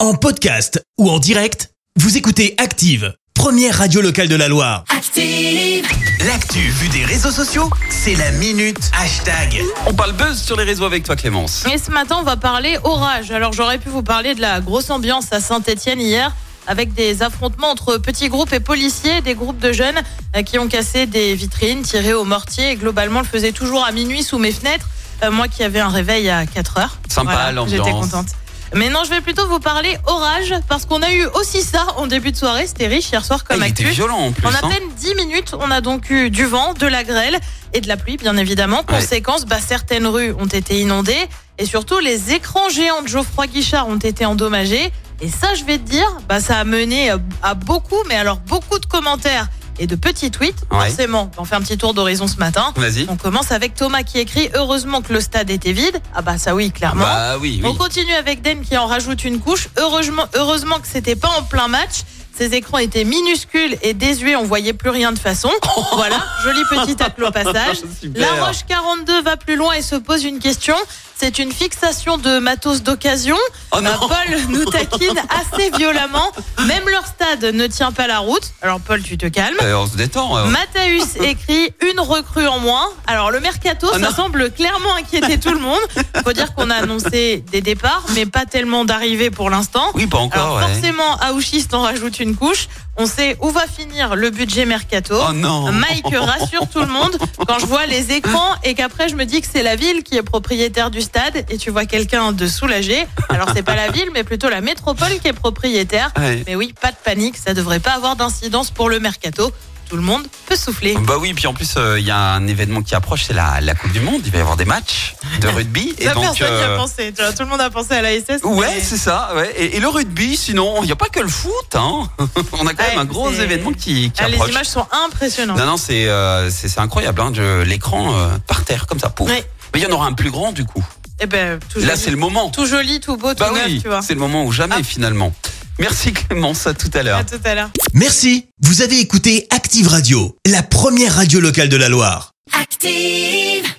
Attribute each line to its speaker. Speaker 1: En podcast ou en direct, vous écoutez Active, première radio locale de la Loire.
Speaker 2: Active,
Speaker 3: L'actu vue des réseaux sociaux, c'est la minute hashtag.
Speaker 4: On parle buzz sur les réseaux avec toi Clémence.
Speaker 5: Mais ce matin, on va parler orage. Alors, j'aurais pu vous parler de la grosse ambiance à Saint-Etienne hier, avec des affrontements entre petits groupes et policiers, des groupes de jeunes euh, qui ont cassé des vitrines, tiré au mortier. Et globalement, le faisait toujours à minuit sous mes fenêtres. Euh, moi qui avais un réveil à 4 heures.
Speaker 4: Sympa, l'ambiance.
Speaker 5: J'étais contente. Mais non, je vais plutôt vous parler orage, parce qu'on a eu aussi ça en début de soirée. C'était riche hier soir
Speaker 4: Ah,
Speaker 5: comme
Speaker 4: il était
Speaker 5: actu.
Speaker 4: violent en plus.
Speaker 5: En à
Speaker 4: hein.
Speaker 5: peine 10 minutes, on a donc eu du vent, de la grêle et de la pluie, bien évidemment.
Speaker 4: Ouais.
Speaker 5: Conséquence, bah, certaines rues ont été inondées et surtout les écrans géants de Geoffroy Guichard ont été endommagés. Et ça, je vais te dire, bah, ça a mené euh, à beaucoup, mais alors beaucoup de commentaires et de petits tweets.
Speaker 4: Ouais.
Speaker 5: Forcément, on fait un petit tour d'horizon ce matin.
Speaker 4: Vas-y.
Speaker 5: On commence avec Thomas qui écrit Heureusement que le stade était vide. Ah bah ça oui, clairement.
Speaker 4: Bah oui, oui.
Speaker 5: On continue avec Den qui en rajoute une couche. Heureusement, heureusement que c'était pas en plein match. Ces écrans étaient minuscules et désuets, on voyait plus rien de façon. voilà, joli petit tacle au passage.
Speaker 4: Super.
Speaker 5: La Roche 42 va plus loin et se pose une question. C'est une fixation de matos d'occasion.
Speaker 4: Oh non.
Speaker 5: Euh, Paul nous taquine assez violemment. Même leur stade ne tient pas la route. Alors Paul, tu te calmes.
Speaker 4: Euh, on se détend. euh.
Speaker 5: Mathéus écrit une recrue en moins. Alors le mercato,
Speaker 4: Oh
Speaker 5: ça
Speaker 4: non.
Speaker 5: semble clairement inquiéter tout le monde. Faut dire qu'on a annoncé des départs, mais pas tellement d'arrivées pour l'instant.
Speaker 4: Oui, pas
Speaker 5: Alors
Speaker 4: encore. ouais.
Speaker 5: forcément, Aouchist en rajoute une couche. On sait où va finir le budget mercato.
Speaker 4: Oh non.
Speaker 5: Mike rassure tout le monde quand je vois les écrans et qu'après je me dis que c'est la ville qui est propriétaire du stade et tu vois quelqu'un de soulagé. Alors c'est pas la ville mais plutôt la métropole qui est propriétaire.
Speaker 4: Ouais.
Speaker 5: Mais oui, pas de panique, ça devrait pas avoir d'incidence pour le mercato. Tout le monde peut souffler.
Speaker 4: Bah oui, puis en plus, euh, il y a un événement qui approche, c'est la, la Coupe du Monde. Il va y avoir des matchs de rugby. et
Speaker 5: Ça,
Speaker 4: donc,
Speaker 5: personne n'y a
Speaker 4: euh,
Speaker 5: pensé. Tu vois, tout le monde a pensé à la SS.
Speaker 4: Ouais,
Speaker 5: mais- ah,
Speaker 4: c'est ça. ouais. Et, et le rugby, sinon, il n'y a pas que le foot. Hein. On a quand
Speaker 5: Ouais,
Speaker 4: même un gros
Speaker 5: c'est-
Speaker 4: événement qui, qui
Speaker 5: Ah, les
Speaker 4: approche.
Speaker 5: images sont impressionnantes.
Speaker 4: Non, non, c'est euh, c'est c'est incroyable. Hein, de- L'écran euh, par terre, comme ça, pouf.
Speaker 5: Ouais.
Speaker 4: Mais il y en aura un plus grand, du coup.
Speaker 5: Eh ben, tout
Speaker 4: Là,
Speaker 5: joli.
Speaker 4: c'est le moment.
Speaker 5: tout joli, tout beau, tout
Speaker 4: Bah
Speaker 5: neuf,
Speaker 4: oui,
Speaker 5: tu vois.
Speaker 4: c'est le moment ou jamais,
Speaker 5: Ah.
Speaker 4: finalement. Merci Clémence, à tout à l'heure.
Speaker 5: À tout à l'heure.
Speaker 1: Merci, vous avez écouté Active Radio, la première radio locale de la Loire.
Speaker 2: active.